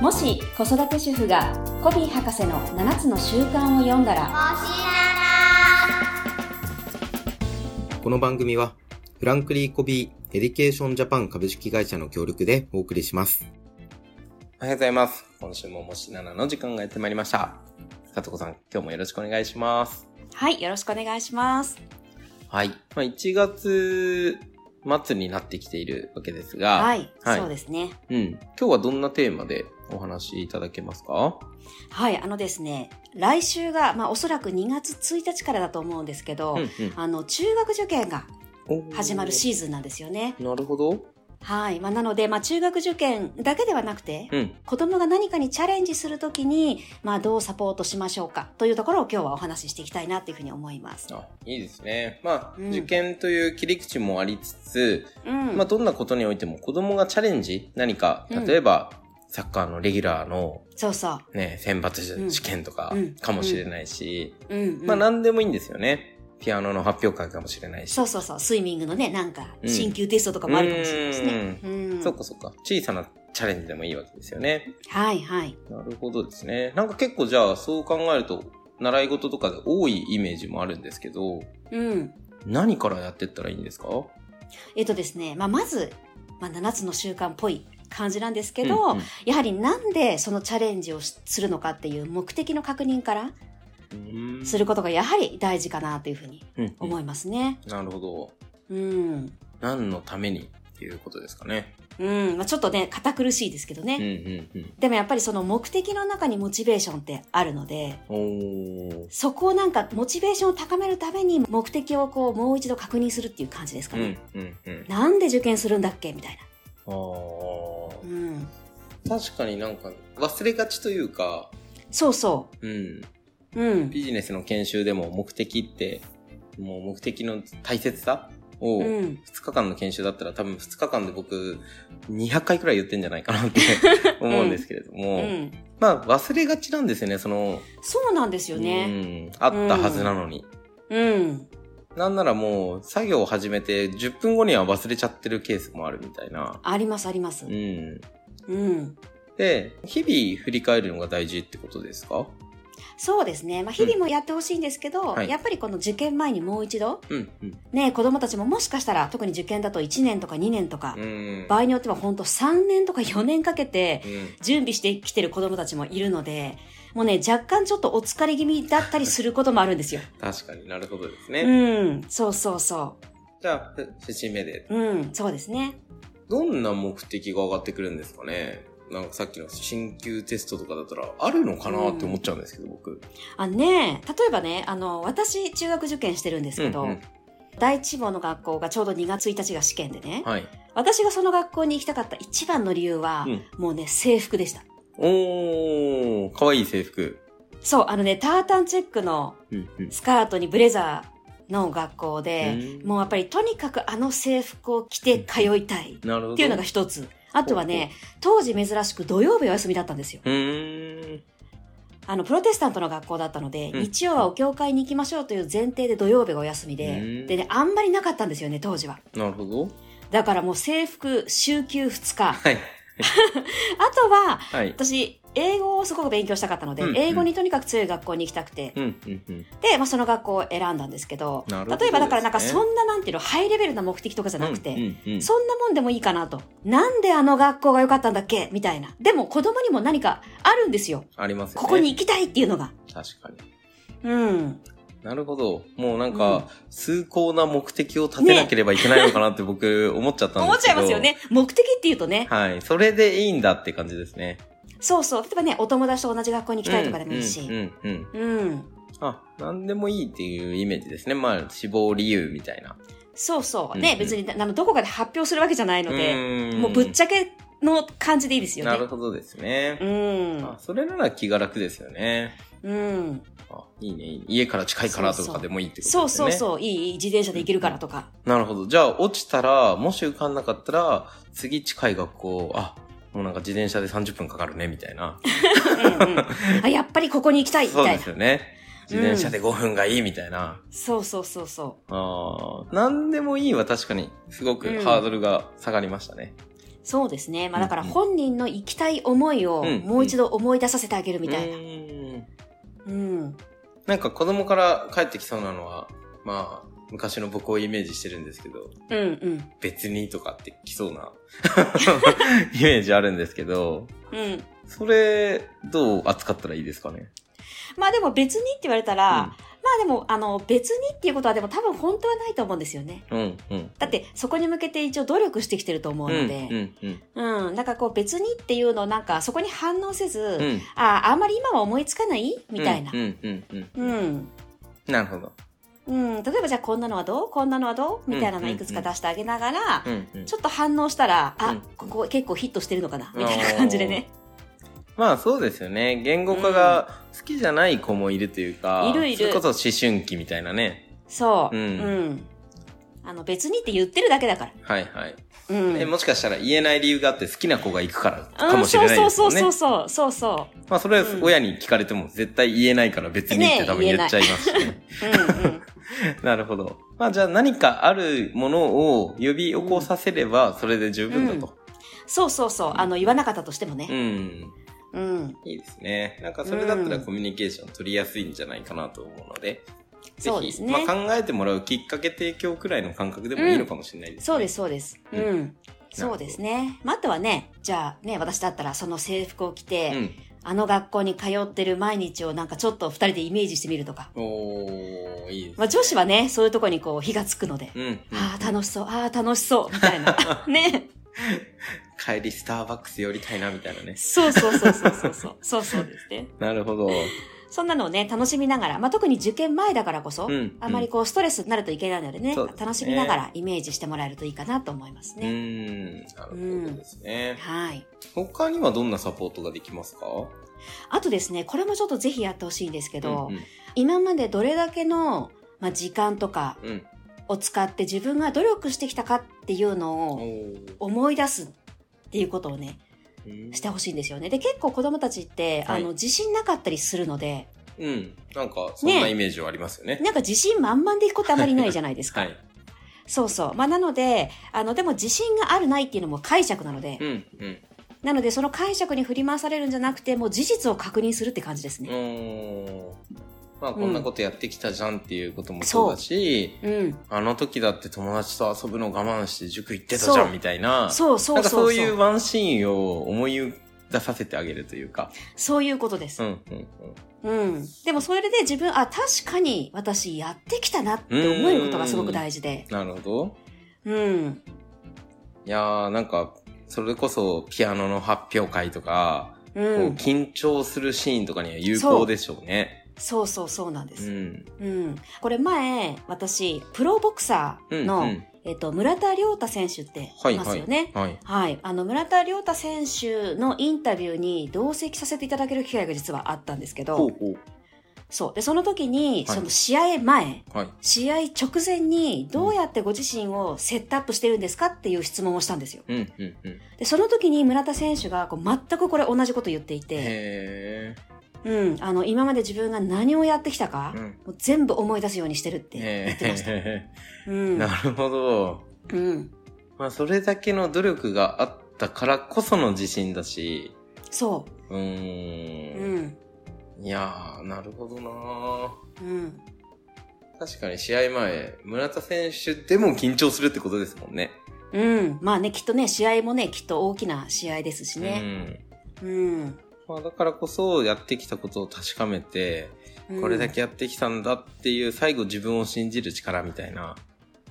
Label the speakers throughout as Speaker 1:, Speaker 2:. Speaker 1: もし子育て主婦がコビー博士の7つの習慣を読んだら
Speaker 2: この番組は、フランクリー・コビー・エディケーション・ジャパン株式会社の協力でお送りします。おはようございます。今週ももし7の時間がやってまいりました。さとこさん、今日もよろしくお願いします。
Speaker 1: はいよろしくお願いします
Speaker 2: はい。まあ、1月末になってきているわけですが、
Speaker 1: はい、
Speaker 2: はい
Speaker 1: そうですね
Speaker 2: うん。今日はどんなテーマでお話しいただけますか
Speaker 1: はいあのですね来週がまあおそらく2月1日からだと思うんですけど、
Speaker 2: うん
Speaker 1: あの中学受験が
Speaker 2: うん
Speaker 1: 始まる。シーズンなんですよね
Speaker 2: おーなるほど。
Speaker 1: はい、まあ、なのでまあ中学受験だけではなくて
Speaker 2: うん。
Speaker 1: 子供が何かにチャレンジするときに、まあ、どうサポートしましょうかというところを今日はお話ししていきたいなというふうに思います。
Speaker 2: あ、いいですね。まあ、
Speaker 1: うん
Speaker 2: 受験という切り口もありつつ、
Speaker 1: うん
Speaker 2: まあ、どんなことにおいても子供がチャレンジ何か、
Speaker 1: うん
Speaker 2: 例えば、サッカーのレギュラーの
Speaker 1: そうそ
Speaker 2: ね、選
Speaker 1: うん
Speaker 2: 抜試験とか
Speaker 1: うん
Speaker 2: かもしれないし、
Speaker 1: う。うん、うん
Speaker 2: まあ、何でもいいんですよね。ピアノの発表会かもしれないし。
Speaker 1: そうそうそう。スイミングのね、なんか、
Speaker 2: うん
Speaker 1: 進級テストとかもあるかもしれないですね。うん。
Speaker 2: そうかそうか。小さなチャレンジでもいいわけですよね。
Speaker 1: はいはい。
Speaker 2: なるほどですね。なんか結構じゃあそう考えると習い事とかで多いイメージもあるんですけど、
Speaker 1: うん。
Speaker 2: 何からやってったらいいんですか
Speaker 1: えっとですね、まあ、まず、まあ、7つの習慣っぽい感じなんですけ
Speaker 2: け
Speaker 1: ど、
Speaker 2: うん
Speaker 1: やはりなんでそのチャレンジをしするのかっていう目的の確認から
Speaker 2: うん
Speaker 1: することがやはり大事かなというふうに
Speaker 2: うんうん
Speaker 1: 思いますね。
Speaker 2: なるほど。
Speaker 1: うん。
Speaker 2: 何のためにっていうことですかね。
Speaker 1: うん。まあ、ちょっとね、堅苦しいですけどね。
Speaker 2: うんうんうん。
Speaker 1: でもやっぱりその目的の中にモチベーションってあるので、
Speaker 2: おー。
Speaker 1: そこをなんかモチベーションを高めるために目的をこうもう一度確認するっていう感じですか
Speaker 2: うん
Speaker 1: ね。
Speaker 2: うんうん。
Speaker 1: なんで受験するんだっけみたい
Speaker 2: あー
Speaker 1: な。うん。
Speaker 2: 確かになんか忘れがちというか、
Speaker 1: そうそ
Speaker 2: うん。
Speaker 1: う。うん。
Speaker 2: ビジネスの研修でも目的って、もう目的の大切さを、
Speaker 1: うん。
Speaker 2: 2日間の研修だったら多分2日間で僕200回くらい言ってんじゃないかなって 思うんですけれど
Speaker 1: う
Speaker 2: も、
Speaker 1: ん。
Speaker 2: まあ忘れがちなんですよね、その、
Speaker 1: そうなんですよね。
Speaker 2: うん、あったはずなのに。
Speaker 1: うん。
Speaker 2: なんならもう作業を始めて10分後には忘れちゃってるケースもあるみたいな。
Speaker 1: ありますあります
Speaker 2: う。ん。
Speaker 1: うん。
Speaker 2: で、日々振り返るのが大事ってことですか
Speaker 1: そうですね。まあ日々もやってほしいんですけど、
Speaker 2: はい
Speaker 1: やっぱりこの受験前にもう一度、
Speaker 2: うん、うん。
Speaker 1: ね、子供たちももしかしたら特に受験だと1年とか2年とか、
Speaker 2: うん。
Speaker 1: 場合によっては本当3年とか4年かけて、
Speaker 2: うん
Speaker 1: 準備してきてる子供たちもいるので、もうね、若干ちょっとお疲れ気味だったりすることもあるんですよ。
Speaker 2: 確かになるほどです
Speaker 1: う
Speaker 2: ね。
Speaker 1: ん、そうそうそ
Speaker 2: じゃあ、節目で。
Speaker 1: う。うん、そうですね。
Speaker 2: どんな目的が上がってくるんですかねなんかさっきの進級テストとかだったらあるのかなって思っちゃうんですけど、僕。
Speaker 1: あ、ねえ例えばね、あの、私、中学受験してるんですけど、
Speaker 2: うんうん
Speaker 1: 第一志望の学校がちょうど2月1日が試験でね、
Speaker 2: はい。
Speaker 1: 私がその学校に行きたかった一番の理由は、
Speaker 2: うん
Speaker 1: もうね、制服でした。
Speaker 2: おー、かわいい制服。
Speaker 1: そう、あのね、タータンチェックの
Speaker 2: うんうん
Speaker 1: スカートにブレザーの学校で、
Speaker 2: うん
Speaker 1: もうやっぱりとにかくあの制服を着て通いたい。
Speaker 2: なるほど。
Speaker 1: っていうのが一つ。あとはね、当時珍しく土曜日お休みだったんですよ。
Speaker 2: うーん。
Speaker 1: あの、プロテスタントの学校だったので、
Speaker 2: うん
Speaker 1: 日曜はお教会に行きましょうという前提で土曜日がお休みで、
Speaker 2: うん
Speaker 1: でね、あんまりなかったんですよね、当時は。
Speaker 2: なるほど。
Speaker 1: だからもう制服、週休2日。あ
Speaker 2: はい。
Speaker 1: とは、
Speaker 2: はい。
Speaker 1: 私、英語をすごく勉強したかったので、
Speaker 2: うんうん
Speaker 1: 英語にとにかく強い学校に行きたくて、
Speaker 2: うんうんうん。
Speaker 1: で、まあ、その学校を選んだんですけど、
Speaker 2: なるほど
Speaker 1: 例えばだからなんか
Speaker 2: です
Speaker 1: そ
Speaker 2: ね
Speaker 1: んななんていうの、ハイレベルな目的とかじゃなくて、
Speaker 2: うんうん
Speaker 1: そんなもんでもいいかなと。なんであの学校が良かったんだっけみたいな。でも子供にも何かあるんですよ。
Speaker 2: ありますよね。
Speaker 1: ここに。行きたいっていうのが。
Speaker 2: 確かに。
Speaker 1: うん。
Speaker 2: なるほど。もうなん
Speaker 1: うん
Speaker 2: か、崇高な目的を立てなければいけないのかなって僕思っちゃったん
Speaker 1: 思
Speaker 2: で
Speaker 1: っ
Speaker 2: す
Speaker 1: ちゃ
Speaker 2: け
Speaker 1: い
Speaker 2: ど。
Speaker 1: ますよ。ね。目的っていうとね。
Speaker 2: はい。それでいいんだって感じですね。
Speaker 1: そうそう。例えばね、お友達と同じ学校に行きたいとかでもいいし。
Speaker 2: うんうんうん。
Speaker 1: うん。
Speaker 2: あ、なんでもいいっていうイメージですね。まあ、死亡理由みたいな。
Speaker 1: そうそう。
Speaker 2: うん
Speaker 1: ね
Speaker 2: う、ん
Speaker 1: 別に、あの、どこかで発表するわけじゃないので、
Speaker 2: ーん
Speaker 1: もうぶっちゃけの感じでいいですよ
Speaker 2: なる
Speaker 1: ね。
Speaker 2: ほどですね
Speaker 1: う。ん
Speaker 2: あ、。それなら気が楽ですよね。
Speaker 1: うん。
Speaker 2: あ、いいね。いいね家から近いからとかでもいいってことです
Speaker 1: そ
Speaker 2: よ
Speaker 1: う
Speaker 2: ね。
Speaker 1: そうそう。いいいい、自転車で行けるからと か。
Speaker 2: なるほど。じゃあ、落ちたら、もし受かんなかったら、次近い学校、あ、もうなんか自転車で30分かかるね、みたいな。
Speaker 1: うんうん。あ、やっぱりここに行きたいみ
Speaker 2: そう
Speaker 1: たい
Speaker 2: で
Speaker 1: な
Speaker 2: す。よね。自転車で5分がいい、みたいな。
Speaker 1: そうそうそうそ
Speaker 2: ああ、なんでもいいは確かに、すごくハードルが下がりましたね。
Speaker 1: う。そうですね。まあだから
Speaker 2: うんうん
Speaker 1: 本人の行きたい思いを
Speaker 2: うん
Speaker 1: もう一度思い出させてあげるみたいな。
Speaker 2: な。
Speaker 1: うん。
Speaker 2: なんか子供から帰ってきそうなのは、まあ、昔の僕をイメージしてるんですけど、
Speaker 1: うんうん。
Speaker 2: 別にとかって来そうな イメージあるんですけど、
Speaker 1: うん。
Speaker 2: それ、どう扱ったらいいですかね
Speaker 1: まあでも別にって言われたら、まあでも、あの、別にっていうことはでも多分本当はないと思うんですよね。
Speaker 2: うん、うん、うん。
Speaker 1: だってそこに向けて一応努力してきてると思う
Speaker 2: うん、う
Speaker 1: ので、
Speaker 2: ん、うん。
Speaker 1: うん、なんかこう別にっていうのをなんかそこに反応せず、
Speaker 2: うん
Speaker 1: ああ、あんまり今は思いつかないみたいな
Speaker 2: う。ん、うん、うん。
Speaker 1: う
Speaker 2: うん
Speaker 1: ん。
Speaker 2: なるほど。
Speaker 1: うん。例えばじゃあこんなのはどうこんなのはどうみたいなのいくつか出してあげながら、
Speaker 2: うん、うん。
Speaker 1: ちょっと反応したら、あ、
Speaker 2: うん
Speaker 1: ここ結構ヒットしてるのかなみたいな感じでね。
Speaker 2: まあそうですよね。言語化が好きじゃない子もいるというか、
Speaker 1: いるいる
Speaker 2: それこそ思春期みたいなね。
Speaker 1: そう。
Speaker 2: う
Speaker 1: うんん。あの、別にって言ってるだけだから。
Speaker 2: はいはい。
Speaker 1: うん。
Speaker 2: えもしかしたら言えない理由があって好きな子が行くからか
Speaker 1: う
Speaker 2: も
Speaker 1: ん、
Speaker 2: し
Speaker 1: そ
Speaker 2: れ
Speaker 1: う
Speaker 2: ない
Speaker 1: そ
Speaker 2: で
Speaker 1: う
Speaker 2: す
Speaker 1: そ
Speaker 2: もん
Speaker 1: う
Speaker 2: ね。
Speaker 1: そうそうそうそ
Speaker 2: まあそれは
Speaker 1: うん
Speaker 2: 親に聞かれても絶対言えないから別にって多分
Speaker 1: ねえ
Speaker 2: 言っちゃいますね。
Speaker 1: う。うんうん。
Speaker 2: なるほど。まあじゃあ何かあるものを呼び起こさせればそれで十分だと。
Speaker 1: そうそうそう。あの、言わなかったとしても
Speaker 2: うん。
Speaker 1: ね。うん。
Speaker 2: いいですね。なんかそれだったらコミュニケーション取りやすいんじゃないかなと思うので、ぜ
Speaker 1: そうで
Speaker 2: ひ、
Speaker 1: すね
Speaker 2: まあ、考えてもらうきっかけ提供くらいの感覚でもいいのかもしれないですね。
Speaker 1: そうです、そうです。
Speaker 2: う
Speaker 1: うんん。そうですね。まあ、あとはね、じゃあね、私だったらその制服を着て、
Speaker 2: うん。
Speaker 1: あの学校に通ってる毎日をなんかちょっと二人でイメージしてみるとか。
Speaker 2: おー、いいです。
Speaker 1: まあ、女子はね、そういうとこにこう火がつくので。
Speaker 2: うん、うん。
Speaker 1: ああ、楽しそう、ああ、楽しそう、みたいな。 ね。
Speaker 2: 帰りスターバックス寄りたいな、みたいなね。
Speaker 1: そうそうそうそうそうそう。そうそうですね。
Speaker 2: なるほど。
Speaker 1: そんなのをね、楽しみながら、まあ、特に受験前だからこそ、
Speaker 2: うん
Speaker 1: あまりこう、ストレスになるといけないのでね、
Speaker 2: そうですね
Speaker 1: 楽しみながらイメージしてもらえるといいかなと思います
Speaker 2: う
Speaker 1: ね。
Speaker 2: ん。なるほどですね。
Speaker 1: はい。
Speaker 2: 他にはどんなサポートができますか
Speaker 1: あとですね、これもちょっとぜひやってほしいんですけど、
Speaker 2: うんうん
Speaker 1: 今までどれだけの、まあ、時間とか
Speaker 2: うん。
Speaker 1: を使って自分が努力してきたかっていうの
Speaker 2: お
Speaker 1: を
Speaker 2: ー
Speaker 1: 思い出すっていうことをね、
Speaker 2: うん
Speaker 1: してほしいんですよね。で、結構子供たちって、
Speaker 2: はい
Speaker 1: あの、自信なかったりするので、
Speaker 2: うん。なんか、そんなイメージはありますよね。
Speaker 1: なんか自信満々でいくことあまりないじゃないですか。
Speaker 2: はい。
Speaker 1: そうそう。まあ、なので、あの、でも自信があるないっていうのも解釈なので、
Speaker 2: うん、うん。
Speaker 1: なのでその解釈に振り回されるんじゃなくて、もう事実を確認するって感じです
Speaker 2: う
Speaker 1: ね。
Speaker 2: ーん。まあ、こんなことやってきたじゃんっていうこともそうだし、
Speaker 1: うん。
Speaker 2: あの時だって友達と遊ぶの我慢して塾行ってたじゃ
Speaker 1: そ
Speaker 2: んみたいな。
Speaker 1: そうそ
Speaker 2: なん
Speaker 1: う
Speaker 2: か
Speaker 1: そ
Speaker 2: そ
Speaker 1: そ
Speaker 2: う
Speaker 1: うう。
Speaker 2: いうワンシーンを思い出させてあげるというか。
Speaker 1: そういうことです
Speaker 2: う。んうん
Speaker 1: うん。でもそれで自分、あ、確かに私やってきたなって思えることがすごく大事で。
Speaker 2: なるほど。
Speaker 1: うん。
Speaker 2: いやーなんか、それこそピアノの発表会とか、
Speaker 1: う。
Speaker 2: こうん緊張するシーンとかには有効でしょうね。
Speaker 1: そうそうそうなんで
Speaker 2: う
Speaker 1: す。
Speaker 2: ん。
Speaker 1: うん。これ前、私、プロボクサ
Speaker 2: う
Speaker 1: ー
Speaker 2: ん。
Speaker 1: の、
Speaker 2: うん
Speaker 1: えっと、村田亮太選手って
Speaker 2: はい
Speaker 1: いますよね。
Speaker 2: はい。
Speaker 1: はい。あの、村田亮太選手のインタビューに同席させていただける機会が実はあったんですけ
Speaker 2: ほう
Speaker 1: ど、
Speaker 2: ほ
Speaker 1: そう。で、その時に、
Speaker 2: はい
Speaker 1: その試合前、
Speaker 2: う。はい。
Speaker 1: 試合直前にどうやってご自身をセットアップしてるんですかっていう質問をしたんですよ。
Speaker 2: うんうんうん。
Speaker 1: で、その時に村田選手がこう全くこれ同じこと言っていて、
Speaker 2: へ
Speaker 1: うん、あの、今まで自分が何をやってきたか
Speaker 2: ー。う、ん。
Speaker 1: もう全部思い出すようにしてるって言ってました。
Speaker 2: へ
Speaker 1: う
Speaker 2: ー。
Speaker 1: ん。
Speaker 2: なるほど。
Speaker 1: うん。
Speaker 2: まあ、それだけの努力があったからこその自信だし、
Speaker 1: そうう。
Speaker 2: ー。
Speaker 1: うんん。
Speaker 2: いやー、なるほどなー。
Speaker 1: うん。
Speaker 2: 確かに試合前、村田選手でも緊張するってことですもんね。
Speaker 1: うん。まあね、きっとね、試合もね、きっと大きな試合ですしね。うん。
Speaker 2: うん。まあ、だからこそやってきたことを確かめて、これだけやってきたんだっていう最後自分を信じる力みたいな。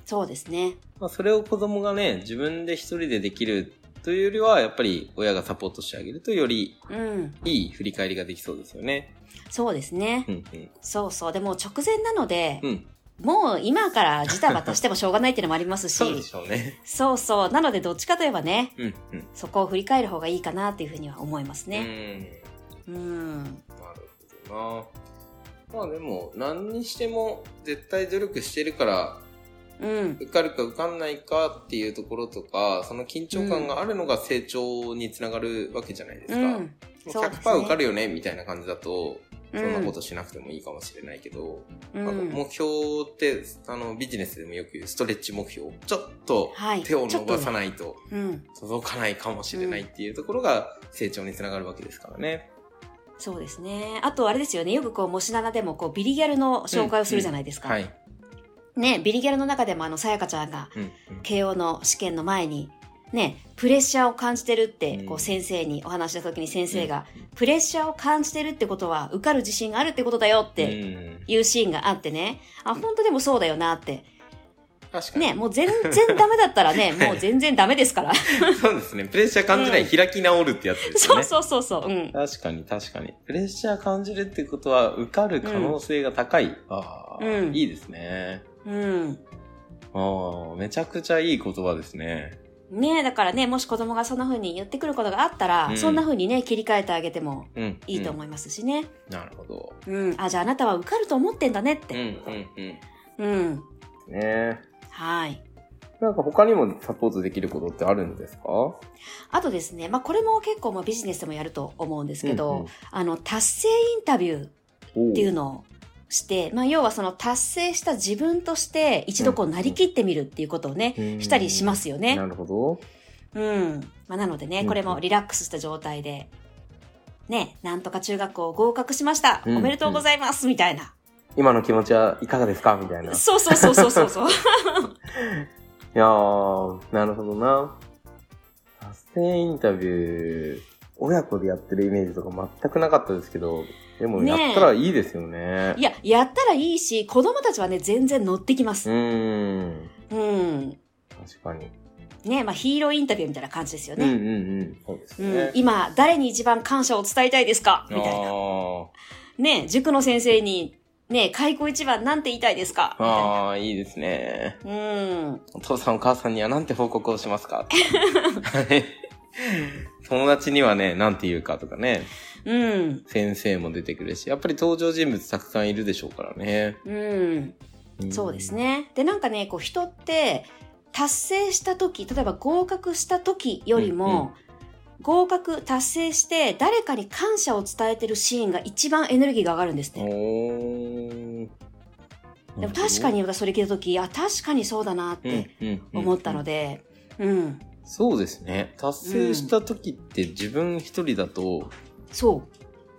Speaker 1: そうですね。
Speaker 2: まあ、それを子供がね、自分で一人でできるというよりは、やっぱり親がサポートしてあげるとより
Speaker 1: うん。
Speaker 2: いい振り返りができそうですよね。
Speaker 1: そうですね。
Speaker 2: うんうん。
Speaker 1: そうそう。でも直前なので
Speaker 2: う、ん。
Speaker 1: もう今からジタバタしてもしょうがないっていうのもありますし、
Speaker 2: そうでしょうね。
Speaker 1: そうそう。なのでどっちかといえばね、
Speaker 2: うんうん。
Speaker 1: そこを振り返る方がいいかなっていうふうには思いますね。
Speaker 2: ね。
Speaker 1: うん。
Speaker 2: なるほどな。まあでも、何にしても絶対努力してるから
Speaker 1: うん。
Speaker 2: 受かるか受かんないかっていうところとか、その緊張感があるのが成長につながるわけじゃないですか。
Speaker 1: う
Speaker 2: も
Speaker 1: ん。
Speaker 2: う
Speaker 1: そうですね
Speaker 2: 100%受かるよね、みたいな感じだと、そんなこ
Speaker 1: う
Speaker 2: としなくてもいいかもしれないけど、
Speaker 1: ん。
Speaker 2: なんか
Speaker 1: うん。
Speaker 2: 目標って、あの、ビジネスでもよく言うストレッチ目標。ちょっと
Speaker 1: はい。
Speaker 2: 手を伸ばさ
Speaker 1: い。
Speaker 2: ないと
Speaker 1: うん。
Speaker 2: 届かないかもしれないっていうところが成長につながるわけですからね。
Speaker 1: そうですね。あと、あれですよね。よくこう、もしななでも、こう、ビリギャルの紹介をするじゃないですか。
Speaker 2: はい。
Speaker 1: ね、ビリギャルの中でも、あの、さやかちゃんが、
Speaker 2: うんうん
Speaker 1: 慶応の試験の前に、ね、プレッシャーを感じてるって、
Speaker 2: うん
Speaker 1: こう、先生にお話しした時に先生が、プレッシャーを感じてるってことは、受かる自信があるってことだよっ
Speaker 2: う
Speaker 1: て
Speaker 2: ん、
Speaker 1: いうシーンがあってね。あ、本当でもそうだよなって。
Speaker 2: 確かに。
Speaker 1: ね、もう全然ダメだったらね、
Speaker 2: はい
Speaker 1: もう全然ダメです から。
Speaker 2: そうですね。プレッシャー感じない、
Speaker 1: うん
Speaker 2: 開き直るってやつですよ
Speaker 1: そう
Speaker 2: ね。
Speaker 1: そうそうそう。うん。
Speaker 2: 確かに確かに。プレッシャー感じるってことは受かる可能性が高い。ああ、
Speaker 1: うん
Speaker 2: いいですね。
Speaker 1: うん。
Speaker 2: ああ、めちゃくちゃいい言葉ですね。
Speaker 1: ねえ、だからね、もし子供がそんな風に言ってくることがあったら、
Speaker 2: うん
Speaker 1: そんな風にね、切り替えてあげても
Speaker 2: うん。
Speaker 1: いいと
Speaker 2: う
Speaker 1: 思いますしね。
Speaker 2: ん。なるほど。
Speaker 1: うん。あ、じゃああなたは受かると思ってんだねっ
Speaker 2: うんう
Speaker 1: て。
Speaker 2: んうん。
Speaker 1: うん。
Speaker 2: ね
Speaker 1: はい。
Speaker 2: なんか他にもサポートできることってあるんですか
Speaker 1: あとですね、まあこれも結構もうビジネスでもやると思うんですけど、
Speaker 2: うんうん
Speaker 1: あの、達成インタビューっ
Speaker 2: って
Speaker 1: いうのをして、まあ要はその達成した自分として一度こうなりきってみるっていうことをね、
Speaker 2: の
Speaker 1: したりしますよね
Speaker 2: な。るほど。
Speaker 1: うん。まあ、なので
Speaker 2: う
Speaker 1: ね、
Speaker 2: ん
Speaker 1: これもリラックスした状態で、ね、なんとか中学校合格しました、
Speaker 2: うん
Speaker 1: おめでとうございますみたいな。
Speaker 2: 今の気持ちはいかがですかみたいな。い
Speaker 1: そうそうそうそうそう そう。
Speaker 2: やー、なるほどな。達成インタビュー、親子でやってるイメージとか全くなかったですけど、でも
Speaker 1: ね
Speaker 2: や
Speaker 1: え
Speaker 2: ったらいいですよね。
Speaker 1: いや、やったらいいし、子供たちはね、全然乗ってきま
Speaker 2: う
Speaker 1: す。
Speaker 2: ーん。
Speaker 1: うん。
Speaker 2: 確かに。
Speaker 1: ね、まあ、ヒーローインタビューみたいな感じですよ
Speaker 2: うん
Speaker 1: ね。
Speaker 2: うんうん。そうです
Speaker 1: うん。
Speaker 2: ね。
Speaker 1: 今、誰に一番感謝を伝えたいですかみたい
Speaker 2: あ
Speaker 1: な。
Speaker 2: ー
Speaker 1: ね、塾の先生に、ね、開校一番なんて言いたいですかみた
Speaker 2: あー、いいですね。
Speaker 1: いな。うん。
Speaker 2: お父さんお母さんにはなんて報告をしま すかはい友達にはね、なんて言うかとかね、
Speaker 1: うん。
Speaker 2: 先生も出てくるし、やっぱり登場人物たくさんいるでしょうからね。
Speaker 1: うん。
Speaker 2: ん
Speaker 1: そうです。ね。で、なんかね、こう人って、達成した時、例えば合格した時より
Speaker 2: うんう
Speaker 1: も、合格達成して誰かに感謝を伝えてるシーンが一番エネルギーが上がるんです
Speaker 2: お
Speaker 1: ね。
Speaker 2: ー
Speaker 1: でも確か、に私それ聞いた時、あ、確かにそうだなっ
Speaker 2: うん
Speaker 1: て
Speaker 2: うんうん
Speaker 1: 思ったので、うん、
Speaker 2: そうですね。達成した時って自分一人だと、
Speaker 1: そ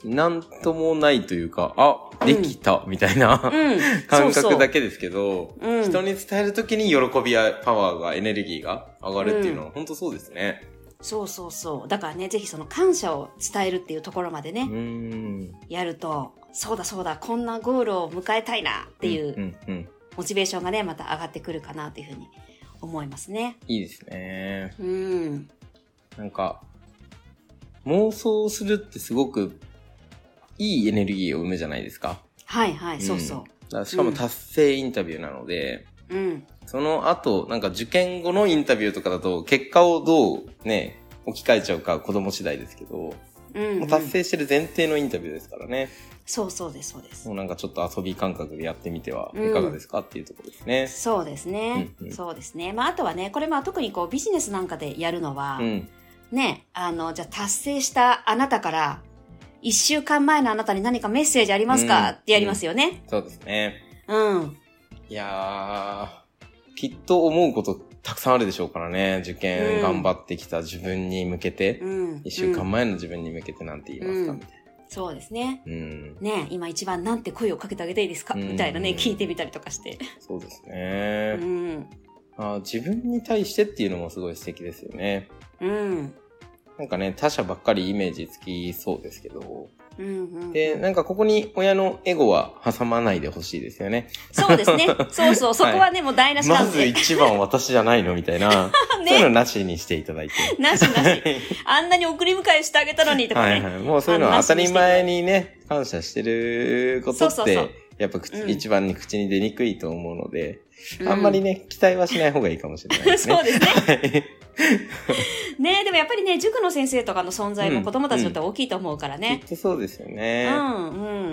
Speaker 2: なんともないというか、あ、できた、みたいな、
Speaker 1: う。うん。
Speaker 2: 感
Speaker 1: そうそ
Speaker 2: 覚
Speaker 1: う
Speaker 2: だけですけど、
Speaker 1: うん
Speaker 2: 人に伝える時に喜びやパワーが、エネルギーが上がるっていうのは、本当そうですね。
Speaker 1: そうそうそう。だからね、ぜひその感謝を伝えるっていうところまで
Speaker 2: う
Speaker 1: ね、
Speaker 2: ーん。っ
Speaker 1: やると、そうだそうだ、こんなゴールを迎えたいなっていう
Speaker 2: うんうんうん。
Speaker 1: モチベーションがね、また上がってくるかなというふうに思いますね。
Speaker 2: いいですね。
Speaker 1: うん。
Speaker 2: なんか、妄想するってすごくいいエネルギーを生むじゃないですか。
Speaker 1: はいはい、そうそ
Speaker 2: だしかも
Speaker 1: うん
Speaker 2: 達成インタビューなので、
Speaker 1: う。うん。
Speaker 2: その後、なんか受験後のインタビューとかだと、結果をどうね、置き換えちゃうか子供次第ですけど、も
Speaker 1: うん、う。
Speaker 2: うん達成してる前提のインタビューですからね。
Speaker 1: そうそうです、そうです
Speaker 2: も。うなんかちょっと遊び感覚でやってみては
Speaker 1: うん
Speaker 2: いかがですかっていうところですね。
Speaker 1: そうですね、
Speaker 2: うんうん
Speaker 1: そうですね。まあ、あとはね、これまあ特にこうビジネスなんかでやるのは、
Speaker 2: うん。
Speaker 1: ね、あの、じゃあ達成したあなたから、一週間前のあなたに何かメッセージありますか、
Speaker 2: うん
Speaker 1: ってやりますよね。
Speaker 2: そうですね。
Speaker 1: うん。
Speaker 2: いやー、きっと思うことたくさんあるでしょうからね。受
Speaker 1: う
Speaker 2: 験
Speaker 1: ん
Speaker 2: 頑張ってきた自分に向けて、
Speaker 1: うん。
Speaker 2: 一週間
Speaker 1: うん
Speaker 2: 前の自分に向けてなんて言いますか
Speaker 1: うん
Speaker 2: みたいな。
Speaker 1: そうですね。
Speaker 2: うん、
Speaker 1: ね今一番なんて声をかけてあげたいですか、
Speaker 2: うん
Speaker 1: みたいなね、聞いてみたりとかして。
Speaker 2: そうです
Speaker 1: う
Speaker 2: ね、
Speaker 1: ん。
Speaker 2: あー。自分に対してっていうのもすごい素敵ですよね。
Speaker 1: うん。
Speaker 2: なんかね、他者ばっかりイメージつきそうですけど。
Speaker 1: うんうん。
Speaker 2: で、なんかここに親のエゴは挟まないでほしいですよね。
Speaker 1: そうです ね。そうそう。そこはね、もう台無しな
Speaker 2: ま
Speaker 1: ん
Speaker 2: ず
Speaker 1: で。
Speaker 2: 一番私じゃないのみたいな。そういう の
Speaker 1: ね。
Speaker 2: なしにしていただいて。
Speaker 1: なしなし。あんなに送り迎えしてあげたのにとか
Speaker 2: は
Speaker 1: ね。
Speaker 2: いはい。もうそういうのは
Speaker 1: あの
Speaker 2: 当たり前にね、感謝してること
Speaker 1: そ
Speaker 2: っ
Speaker 1: うそうそ
Speaker 2: て
Speaker 1: う
Speaker 2: やっぱ口、
Speaker 1: うん
Speaker 2: 一番に口に出にくいと思うので、
Speaker 1: うん
Speaker 2: あんまりね、期待はしない方がいいかもしれないですね。
Speaker 1: そうですね。
Speaker 2: はい
Speaker 1: ねでもやっぱりね、塾の先生とかの存在
Speaker 2: う
Speaker 1: も
Speaker 2: ん
Speaker 1: 子供たちにとっては大きいと思うから
Speaker 2: き
Speaker 1: ね。
Speaker 2: っとそうですよ
Speaker 1: う
Speaker 2: ね。
Speaker 1: ん、う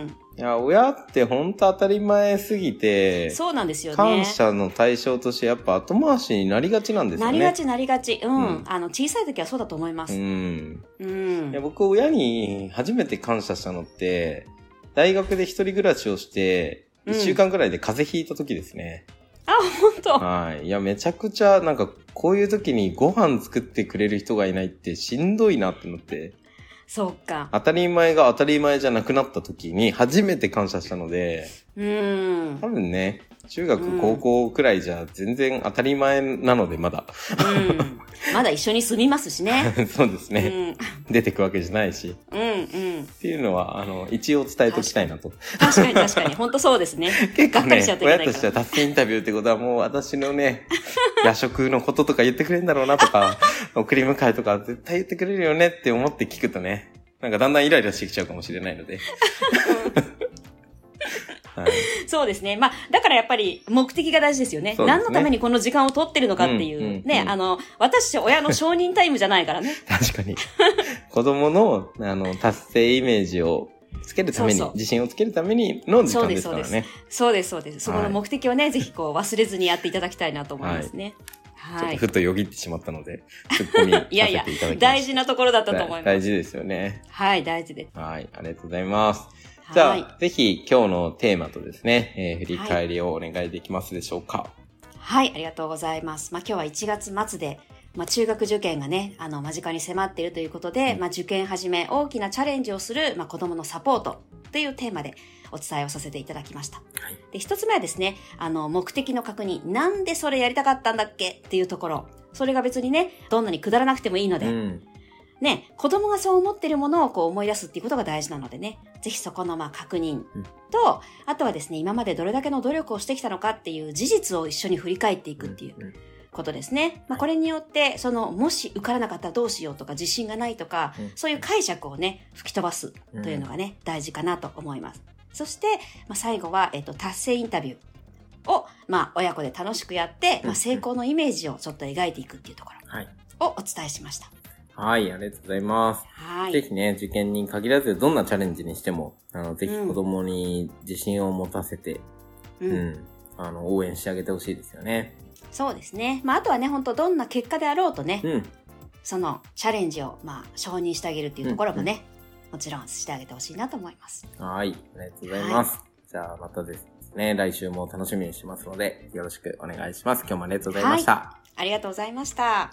Speaker 1: ん。
Speaker 2: いや、親ってほんと当たり前すぎて、
Speaker 1: そうなんですよね。
Speaker 2: 感謝の対象としてやっぱ後回しになりがちなんですよ
Speaker 1: な
Speaker 2: ね。
Speaker 1: りがちなりがち。うん。
Speaker 2: うん
Speaker 1: あの、小さい時はそうだと思いま
Speaker 2: う
Speaker 1: す。
Speaker 2: ん。
Speaker 1: うん。
Speaker 2: いや僕、親に初めて感謝したのって、大学で一人暮らしをして、
Speaker 1: うん
Speaker 2: 一週間くらいで風邪ひいた時ですね。
Speaker 1: あ、本当。
Speaker 2: はい。いや、めちゃくちゃ、なんか、こういう時にご飯作ってくれる人がいないってしんどいなってなって、
Speaker 1: そうか。
Speaker 2: 当たり前が当たり前じゃなくなった時に初めて感謝したので、
Speaker 1: うん。
Speaker 2: 多
Speaker 1: うん。
Speaker 2: 分ね、中
Speaker 1: うん
Speaker 2: 学、高校くらいじゃ全然当たり前なので、まだ。
Speaker 1: まだ一緒に住みますしね。
Speaker 2: そうです
Speaker 1: う
Speaker 2: ね。
Speaker 1: ん。
Speaker 2: 出てくわけじゃないし。
Speaker 1: うん、うん。
Speaker 2: っていうのは、あの、一応伝えときたいなと。
Speaker 1: 確かに確かに。本当そうですね。
Speaker 2: 結構
Speaker 1: がっかり
Speaker 2: ね
Speaker 1: しちゃっ、ていけ
Speaker 2: 親
Speaker 1: ないから
Speaker 2: としては達成インタビューってことはもう私のね、 夜食のこととか言ってくれるんだろうなとか、送り迎えとか絶対言ってくれるよねって思って聞くとね、なんかだんだんイライラしてきちゃうかもしれないの で。はい、
Speaker 1: そうですね。まあ、だからやっぱり目的が大事ですよね。
Speaker 2: そうですね
Speaker 1: 何のためにこの時間を取ってるのかっていう。
Speaker 2: うんうん
Speaker 1: ね、
Speaker 2: うん
Speaker 1: あの、私たち親の承認タイムじゃないから ね。
Speaker 2: 確かに。子供の、あの、達成イメージをつけるために、
Speaker 1: そうそう
Speaker 2: 自信をつけるためにの時間ですか
Speaker 1: そ
Speaker 2: ら
Speaker 1: うで
Speaker 2: ね。
Speaker 1: そうです、そうです。そこの目的をね、ぜひこう忘れずにやっていただきたいなと思いますね。
Speaker 2: ちょっ
Speaker 1: は
Speaker 2: と
Speaker 1: い
Speaker 2: ふ。っとよぎってしまったので、ツッコミさせてい
Speaker 1: や
Speaker 2: ただ
Speaker 1: い
Speaker 2: き
Speaker 1: や
Speaker 2: ました。
Speaker 1: 大事なところだったと思いま
Speaker 2: 大
Speaker 1: す。
Speaker 2: 事ですよね。
Speaker 1: はい、大事です。
Speaker 2: はい、ありがとうございます。じゃあ、
Speaker 1: はい。
Speaker 2: ぜひ今日のテーマとですね、えー振り返りをお願いできますでしょうか。
Speaker 1: はい、ありがとうございます。まあ今日は1月末で、まあ中学受験がね、あの、間近に迫っているということで、
Speaker 2: うん
Speaker 1: まあ受験はじめ大きなチャレンジをする、まあ子供のサポートというテーマでお伝えをさせていただきました。
Speaker 2: はい
Speaker 1: で、一つ目はですね、あの、目的の確認、なんでそれやりたかったんだっけっていうところ。それが別にね、どんなにくだらなくてもいいので、
Speaker 2: ん。
Speaker 1: ね、子供がそう思ってるものをこう思い出すっていうことが大事なのでね、ぜひそこのまあ確認
Speaker 2: うん
Speaker 1: と、あとはですね、今までどれだけの努力をしてきたのかっていう事実を一緒に振り返っていくっていう
Speaker 2: うんうん
Speaker 1: ことですね。まあ、これによって、その、もし受からなかったらどうしようとか、自信がないとか
Speaker 2: うん、
Speaker 1: そういう解釈をね、吹き飛ばすというのがね、大事かなと思います。そして、まあ、最後は、えっと、達成インタビューを、まあ、親子で楽しくやって、
Speaker 2: うんう
Speaker 1: まあ、
Speaker 2: ん
Speaker 1: 成功のイメージをちょっと描いていくっていうとこ
Speaker 2: はい。
Speaker 1: ろをお伝えしました。
Speaker 2: はい、ありがとうございます。
Speaker 1: はい。
Speaker 2: ぜひね、受験に限らず、どんなチャレンジにしても、あの、ぜひ子供に自信を持たせて、
Speaker 1: う
Speaker 2: うん、あの、応援してあげてほしいですよね。
Speaker 1: そうですね。まあ、あとはね、本当どんな結果であろうとね、
Speaker 2: うん。
Speaker 1: そのチャレンジを、まあ、承認してあげるっていうところもね、もちろんしてあげてほしいなと思います。
Speaker 2: はい、ありがとうございます。じゃあ、またですね、来週も楽しみにしてますので、よろしくお願いします。今日もありがとうございました。
Speaker 1: ありがとうございました。